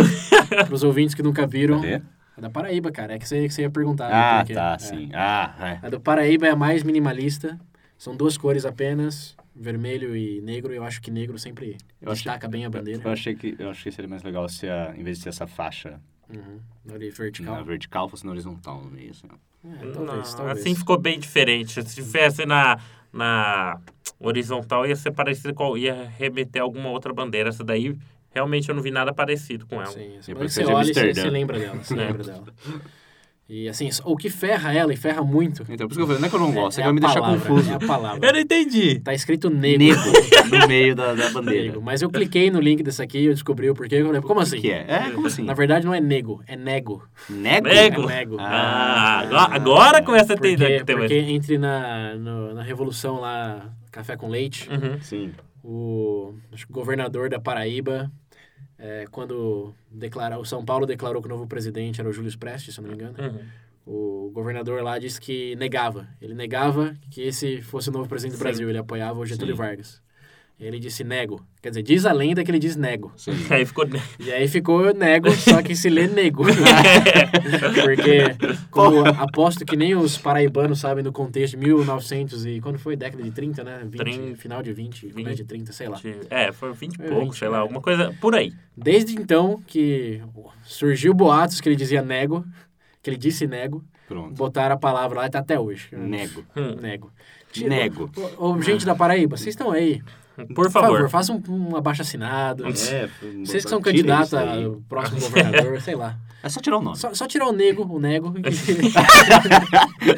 pros ouvintes que nunca viram. Cadê? A da Paraíba, cara, é que você, que você ia perguntar. né, Ah, por quê. tá, É. sim. Ah, é. A do Paraíba é a mais minimalista. São duas cores apenas, vermelho e negro. Eu acho que negro sempre Eu achei- destaca bem a bandeira. Eu achei que, eu achei que seria mais legal se, a, em vez de ter essa faixa Uhum. Ali na vertical. vertical, fosse na horizontal no meio, assim. ó. É, talvez, Não, talvez. Assim ficou bem diferente. Se tivesse na, na horizontal, ia ser parecido com. ia remeter a alguma outra bandeira. Essa daí, realmente eu não vi nada parecido com ela. Sim, essa bandeira Depois você foi de olha e você, Amsterdã. você lembra dela. Você lembra dela. E assim, o que ferra ela, e ferra muito, Então, por isso que eu falei, não é que eu não gosto, é, é que vai a me deixar palavra, confuso. É a Eu palavra. não entendi. Tá escrito Nego negro. no meio da, da bandeira. Negro. Mas eu cliquei no link desse aqui e eu descobri o porquê. Eu falei, como assim? que é? É, como assim? Na verdade, não é nego, é nego. Nego? Nego. É nego. Ah, agora, é, agora começa a Porque, entender que tem porque entre na, no- na revolução lá, café com leite, Uhum. Sim. o, acho que o governador da Paraíba, é, quando declara, o São Paulo declarou que o novo presidente era o Júlio Prestes, se eu não me engano, Uhum. o governador lá disse que negava. Ele negava que esse fosse o novo presidente do Sim. Brasil. Ele apoiava o Getúlio Sim. Vargas. Ele disse nego. Quer dizer, diz a lenda que ele diz nego. Sim. Aí ficou. E aí ficou nego, só que se lê nego. Porque, como aposto que nem os paraibanos sabem do contexto de 1900 e... Quando foi? Década de 30, né? 20, Trin- Final de 20, começo de 30, sei lá. É, foi 20 e É, pouco, 20, sei lá, é. alguma coisa por aí. Desde então que surgiu boatos que ele dizia nego, que ele disse nego, Pronto. botaram a palavra lá e tá até hoje. Nego. Hum. Nego. Nego. Ô, ô, gente da Paraíba, vocês estão aí. Por favor. façam um, um abaixo-assinado. É, Vocês que são tira candidatos isso aí. ao próximo governador, sei lá. É só tirar o nome. Só, só tirar o nego, o nego.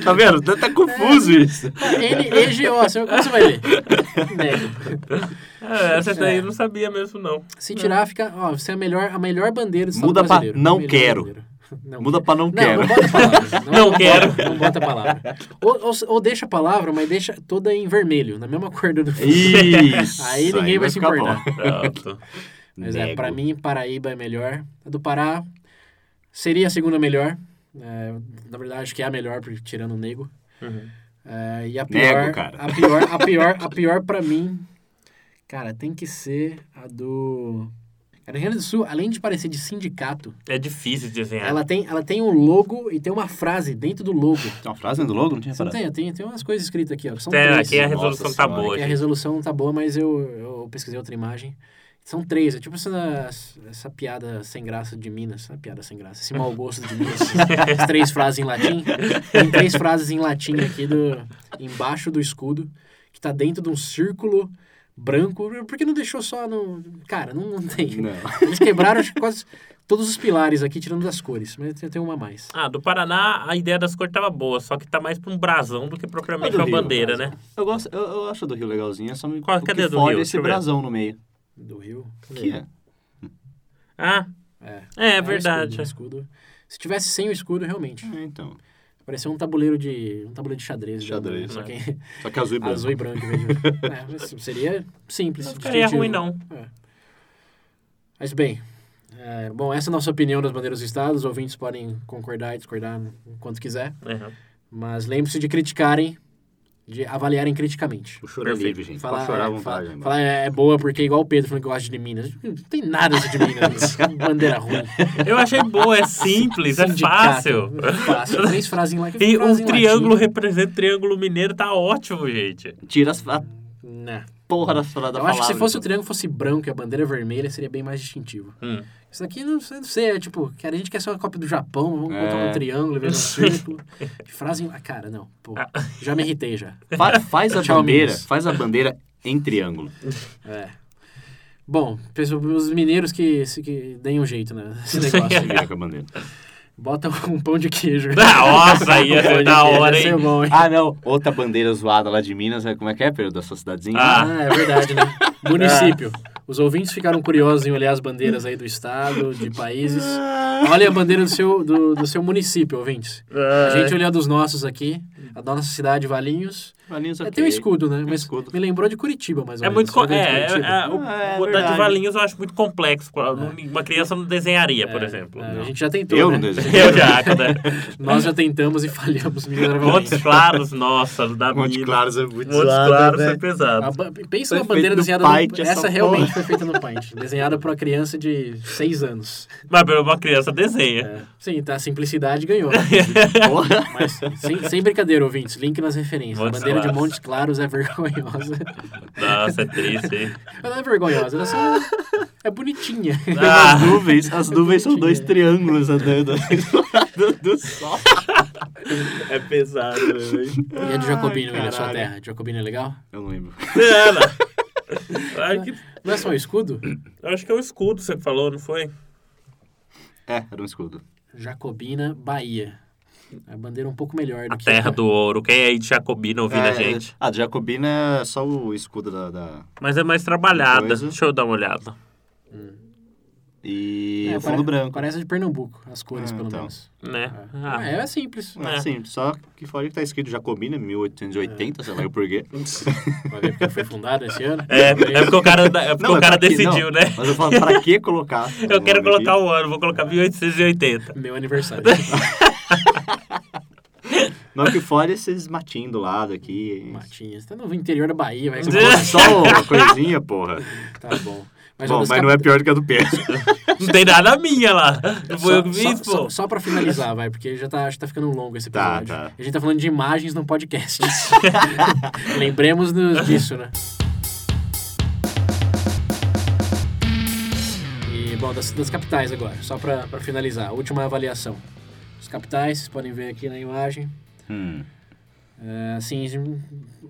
Tá vendo? Tá, tá confuso isso. N-E-G-O, você- assim, como você vai ler? Nego. É, essa daí eu não sabia mesmo, não. Se tirar, fica... Ó, você é a melhor, a melhor bandeira do Estado Muda pra brasileiro. não A melhor quero. bandeira. Não Muda pra não Não, quero. não bota a palavra. Não bota- quero. Não bota a palavra. Ou, ou- ou deixa a palavra, mas deixa toda em vermelho, na mesma cor do... Isso. Aí ninguém vai se ficar bom. importar. Pronto. Mas é, Nego. pra mim, Paraíba é melhor. A do Pará seria a segunda melhor. É, na verdade, acho que é a melhor, porque- tirando o nego. Uhum. É, e a pior, Nego, cara. a pior, a pior, a pior pra mim, cara, tem que ser a do... A do Rio Grande do Sul, além de parecer de sindicato, É difícil desenhar. ela tem, ela tem um logo e tem uma frase dentro do logo. Tem uma frase dentro do logo? Não tinha Você não reparado. tem, tem, tem umas coisas escritas aqui, ó. que São Tem, três. aqui a Nossa resolução tá senhora, boa. Aqui a gente. resolução não tá boa, mas eu, eu pesquisei outra imagem. São três, é tipo essa, essa piada sem graça de Minas, essa piada sem graça, esse mau gosto de Minas, essas três frases em latim. Tem três frases em latim aqui do, embaixo do escudo, que tá dentro de um círculo branco. Por que não deixou só no... Cara, não, não tem. Não. Eles quebraram acho que quase todos os pilares aqui, tirando das cores, mas tem, tem uma a mais. Ah, do Paraná a ideia das cores tava boa, só que tá mais pra um brasão do que propriamente Ah, do uma Rio, bandeira, né? Eu, gosto, eu, eu acho a do Rio legalzinha, só me Qual- o cadê a que do foge Rio? é Deixa esse eu ver. brasão no meio. Do Rio. Cadê? Que é? Ah, É, é, o verdade. escudo, o escudo. Se tivesse sem o escudo, realmente. É, então. Parecia um tabuleiro de. um tabuleiro de xadrez. né? Xadrez. Só que Só que azul e branco. azul e branco, veja. É, mas seria simples. Não ficaria distintivo. ruim, não. Mas bem. é, bom, essa é a nossa opinião das bandeiras do Estado. Os ouvintes podem concordar e discordar quanto quiser. É. Mas lembre-se de criticarem de avaliarem criticamente. O choro é livre, gente. Pode chorar à é, vontade. né? fala- irmão. falar é, é boa porque é igual o Pedro falando que gosta de Minas. Não tem nada disso de Minas. né? Bandeira ruim. Eu achei boa, é simples, é fácil. Sindicato, Fácil. Três frases em latim. E um frase em triângulo latim. representa o triângulo mineiro, tá ótimo, gente. Tira as- a Não. porra da, fra- da Eu palavra. acho que se fosse o então. triângulo fosse branco e a bandeira vermelha, seria bem mais distintivo. Hum. Isso aqui, não sei, não sei, é tipo, cara, a gente quer ser uma cópia do Japão, vamos É. botar um triângulo em vez de um círculo. Frase em... Ah, cara, não. Pô, já me irritei já. Fa- faz a Tchau, bandeira, Minas. faz a bandeira em triângulo. É. Bom, pessoal, os mineiros que, se- que deem um jeito, né? Esse negócio. Vira com a bandeira. Bota um pão de queijo. Um Nossa, ia ser Pão de da queijo, hora, ia ser hein? bom, é hein? Ah, não. Outra bandeira zoada lá de Minas, é- como é que é, Pedro? Da sua cidadezinha? Ah. Ah, é verdade, né? Município. Os ouvintes ficaram curiosos em olhar as bandeiras aí do estado, de países. Olha a bandeira do seu, do, do seu município, ouvintes. A É. gente olhou a dos nossos aqui, a da nossa cidade, Valinhos. Valinhos, É, ok. tem um escudo, né? Mas escudo. me lembrou de Curitiba, mais ou É menos. muito. co- Escudo de É, é, Curitiba. é, o, Ah, é o da de verdade. Valinhos eu acho muito complexo. Não- Uma criança não desenharia, por É, exemplo. é, a gente já tentou, Eu né? não desenho. Eu já, quando é. Nós já tentamos e falhamos miseravelmente. Montes Claros, nossa, da Monte mina. Claros é muito Montes zoado, Claros né? foi pesado. A ba- Pensa Foi na bandeira feito no desenhada Paint, no... essa Essa porra. realmente foi feita no Paint. Desenhada pra uma criança de 6 anos. Mas pelo menos uma criança desenha. É. Sim, tá? A simplicidade ganhou. Porra. Mas sem, sem brincadeira, ouvintes. Link nas referências. Montes bandeira Claros. de Montes Claros é vergonhosa. Nossa, é triste, hein? Ela é vergonhosa, ela só é bonitinha. Ah. As nuvens, as nuvens são dois triângulos andando do, do sol. É pesado, né, velho. E a de Jacobino, Ai, aí, na sua caralho. terra. Jacobino é legal? Eu não lembro. É, né? Ai, que- Não é só o escudo? Acho que é o escudo que você falou, não foi? É, era um escudo. Jacobina, Bahia. É a bandeira um pouco melhor do A que terra do ouro. Quem é aí de Jacobina ouvindo a É, gente? A Jacobina é só o escudo da... da- Mas é mais trabalhada. Coisa. Deixa eu dar uma olhada. E É, o fundo pare- branco. Parece a de Pernambuco, as cores, Ah, pelo então. menos. Né? Ah, é, é simples. É, Sim, só que fora que tá escrito Jacobina, 1880, sei lá o porquê. Vai ver porque foi fundada esse ano. É, é porque o cara, é porque mas o cara pra quê? decidiu, Não, né? Mas eu falo, pra que colocar? Eu quero colocar o ano, vou colocar 1880. Meu aniversário. Não que fora esses matinhos do lado aqui. Matinhas. Tá no interior da Bahia, vai. Você coloca só uma coisinha, porra. Tá bom. Mas, Bom, uma das mas não é capi- pior do que a do Pedro. Não tem nada minha lá. Não foi eu que É Só, fiz, só, só, pô. só pra finalizar, vai, porque já tá, acho que tá ficando longo esse Tá, episódio. tá. A gente tá falando de imagens no podcast. Lembremos-nos disso, né? E, bom, das, das capitais agora, só pra, pra finalizar. a Última avaliação. Os capitais, vocês podem ver aqui na imagem. Hum. É, assim,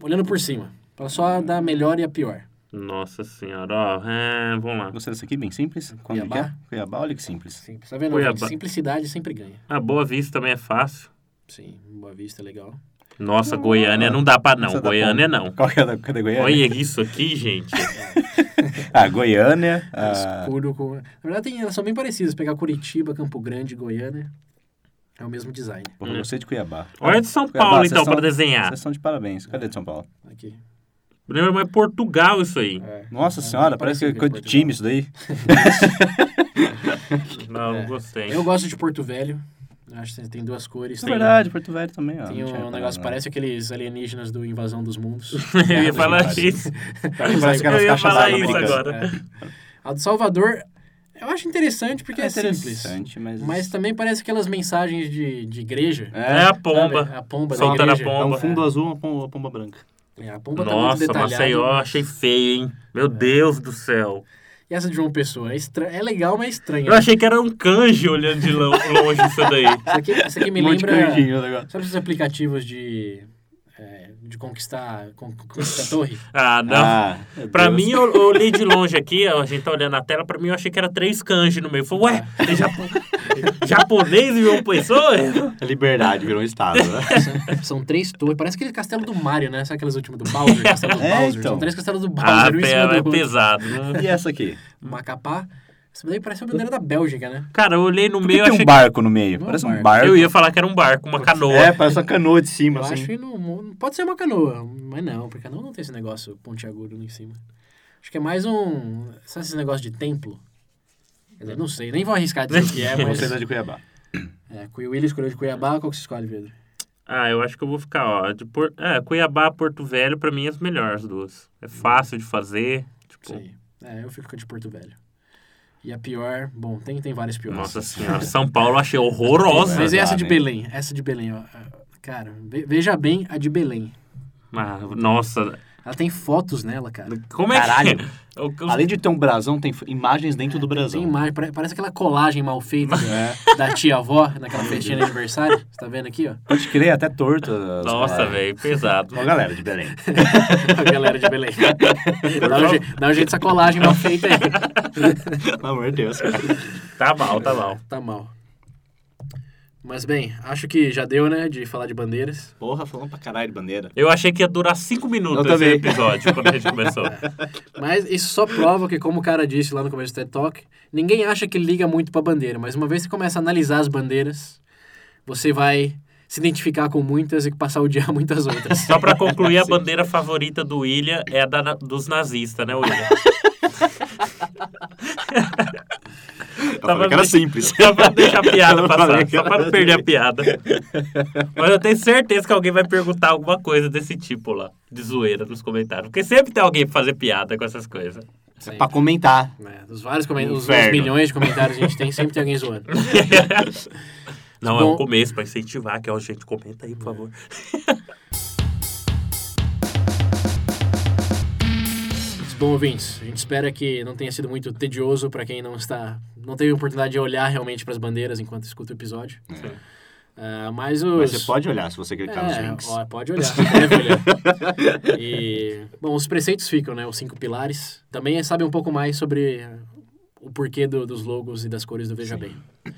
olhando por cima. Pra só dar a melhor e a pior. Nossa senhora, ó. É, vamos lá. Gostou dessa aqui? Bem simples? Como Cuiabá? que é? Cuiabá, olha que simples. Simples. Tá vendo? Cuiabá. gente? Simplicidade sempre ganha. A Boa Vista também é fácil. Sim, Boa Vista, é legal. Nossa, Goiânia não dá pra não. Essa dá Goiânia pra- não. Qual que é da, cadê Goiânia? Olha isso aqui, gente. Ah, Goiânia. ah, escuro com... Na verdade, tem, elas são bem parecidas. Pegar Curitiba, Campo Grande, Goiânia. É o mesmo design. Porra, eu gostei de Cuiabá. Olha de São Cuiabá, Paulo, vocês então, são- pra desenhar. Vocês estão de parabéns. Cadê de São Paulo? Aqui. Lembra mais Portugal isso aí. É. Nossa É, senhora, parece que é parecido coisa com de time isso daí. Não, É. gostei. Eu gosto de Porto Velho. Acho que tem duas cores. É Tem, verdade, Porto Velho também, ó. tem Não tinha um reparado, negócio que não. É, parece aqueles alienígenas do Invasão dos Mundos. Eu ia falar Verdade. isso. Parece que Eu elas ia caixas falar d'água isso americanas. agora. É. A do Salvador, eu acho interessante porque é, É simples. interessante, mas... Mas também parece aquelas mensagens de, de igreja. É a sabe? pomba. A pomba Solta da na igreja. É um pomba. fundo azul, uma pomba, uma pomba branca. É, a pomba tá muito Nossa, detalhada. Maceió, achei feio, hein? Meu Deus do céu. E essa de João Pessoa? É, estra... é legal, mas estranha. Eu achei que era um canjo olhando de lo- longe isso daí. Isso aqui, isso aqui me Um monte de lembra. canjinho, o negócio. Sabe esses aplicativos de. é, de conquistar. con- conquistar a torre? Ah, não. Ah, meu Pra Deus. mim, eu, eu olhei de longe aqui, a gente tá olhando a tela, pra mim eu achei que era três kanji no meio. Eu Falei, ué, tem japo- japonês e uma pessoa? A liberdade virou um estado, né? São, são três torres. Parece aquele castelo do Mario, né? Sabe aquelas últimas do Bowser? Castelo do É, Bowser. então. São três castelos do Bowser. Ah, um em cima pera, do é outro. pesado. não- E essa aqui? Macapá. Isso daí parece a bandeira da Bélgica, né? Cara, eu olhei no Por meio, que eu tem achei um barco no Não meio? é um Parece um barco. barco. Eu ia falar que era um barco, uma canoa. É, parece uma canoa de cima, Eu acho assim. que não, não- pode ser uma canoa, mas não, porque canoa não tem esse negócio pontiagudo lá em cima. Acho que é mais um. Sabe esse negócio de templo? Quer dizer, não sei, nem vou arriscar dizer o que é, mas. Você é da de Cuiabá. É, Cui- o Willian escolheu de Cuiabá, qual que você escolhe, Pedro? Ah, eu acho que eu vou ficar, ó. De Por- é, Cuiabá, Porto Velho, pra mim, é as melhores duas. É fácil de fazer. Tipo, Sei. É, eu fico com a de Porto Velho. E a pior, bom, tem, tem várias piores. nossa senhora, São Paulo eu achei horrorosa. Mas é essa dá, de né? Belém, essa de Belém, ó. Cara, ve- veja bem a de Belém. Mas, nossa, Ela tem fotos nela, cara. como é Caralho. que... O que os- Além de ter um brasão, tem f- imagens dentro do brasão. Tem imagem, pare- parece aquela colagem mal feita da tia-avó naquela festinha de aniversário. Você tá vendo aqui, ó? Pode crer, até torto. as Nossa, palavras. velho, pesado. Ó, galera de Belém. A galera de Belém. Dá um, je- dá um jeito essa colagem mal feita aí. Pelo amor de Deus, cara. Tá mal, tá mal. Tá mal. Mas bem, acho que já deu, né, de falar de bandeiras. Porra, falando pra caralho de bandeira. Eu achei que ia durar cinco minutos esse Eu também. episódio, quando a gente começou. Mas isso só prova que, como o cara disse lá no começo do TED Talk, ninguém acha que liga muito pra bandeira, mas uma vez que você começa a analisar as bandeiras, você vai se identificar com muitas e passar a odiar muitas outras. Só pra concluir, a bandeira favorita do William é a da, na- dos nazistas, né, William? Eu Tava falei que era bem- simples. Só pra deixar a piada Eu falei passar, que só pra não era perder a piada. Mas eu tenho certeza que alguém vai perguntar alguma coisa desse tipo lá, de zoeira nos comentários. Porque sempre tem alguém pra fazer piada com essas coisas. Sim. Pra comentar. Né, Dos vários comentários, os, os Inferno. milhões de comentários que a gente tem, sempre tem alguém zoando. Não, é Bom. um começo pra incentivar, que ó, gente, comenta aí, por favor. Mas, Bom, ouvintes, a gente espera que não tenha sido muito tedioso para quem não está, não teve a oportunidade de olhar realmente para as bandeiras enquanto escuta o episódio. Ah, mas os É. É, Mas você pode olhar se você clicar nos links. ó, pode olhar, deve olhar. E, bom, os preceitos ficam, né? Os cinco pilares. Também é saber um pouco mais sobre o porquê do- dos logos e das cores do Veja Bem.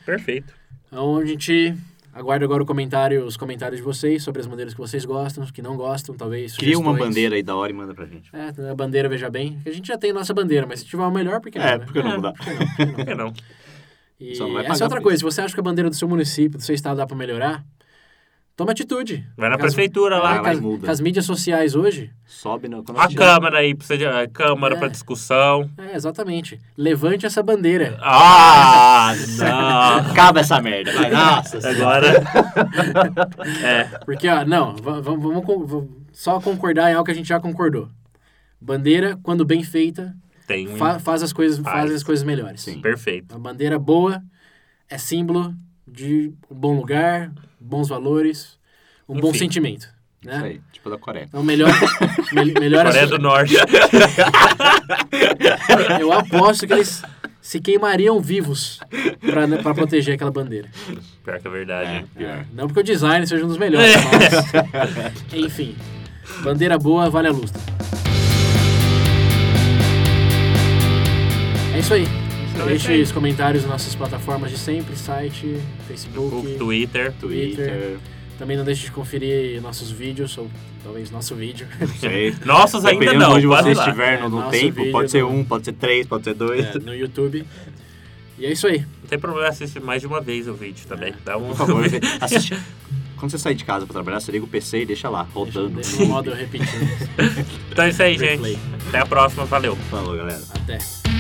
Perfeito. Então a gente aguarda agora o comentário, os comentários de vocês sobre as bandeiras que vocês gostam, que não gostam, talvez. Cria uma sugestões. bandeira aí da hora e manda pra gente. É, a bandeira Veja Bem. que A gente já tem a nossa bandeira, mas se tiver uma melhor, por que não? É, né? porque eu não mudar. Por que não? E Só não vai essa pagar é outra por coisa. Se você acha que a bandeira do seu município, do seu estado dá pra melhorar, toma atitude. Vai na Caso- prefeitura É, lá. vai, com as- muda. com as mídias sociais hoje, Sobe no... quando A tiver. Câmara aí, precisa de a Câmara É. pra discussão. é exatamente. Levante essa bandeira. Ah, não! Acaba essa merda. Vai. Nossa Agora. É, Porque, ó, não, va- va- vamos con- va- só concordar em algo que a gente já concordou. Bandeira, quando bem feita, tem um. fa- faz as coisas, Faz. faz as coisas melhores. Sim. Perfeito. Uma bandeira boa é símbolo de um bom lugar, bons valores, um bom Enfim. sentimento, né? Isso aí, tipo da Coreia. Então, melhor, mel- melhor Coreia do Norte. Eu aposto que eles se queimariam vivos pra, né, pra proteger aquela bandeira. Pior que a verdade. pior. Não porque o design seja um dos É. melhores, mas... Enfim, bandeira boa vale a luta. É isso aí. Então é isso Deixe aí. os comentários nas nossas plataformas de sempre, site, Facebook, Facebook, Twitter. Twitter. Também não deixe de conferir nossos vídeos, ou talvez nosso vídeo. Não sei. Nossos ainda Dependendo não, de onde quase você lá. estiver no, no É, Nosso tempo, vídeo pode ser do- um, pode ser três, pode ser dois. é, no YouTube. E é isso aí. Não tem problema assistir mais de uma vez o vídeo também. Dá um... É, Por favor, você- assiste. Quando você sair de casa pra trabalhar, você liga o PC e deixa lá, Deixa, rodando. deixa o modo repetindo. então é isso aí, Replay. gente. Até a próxima. Valeu. Falou, galera. Até.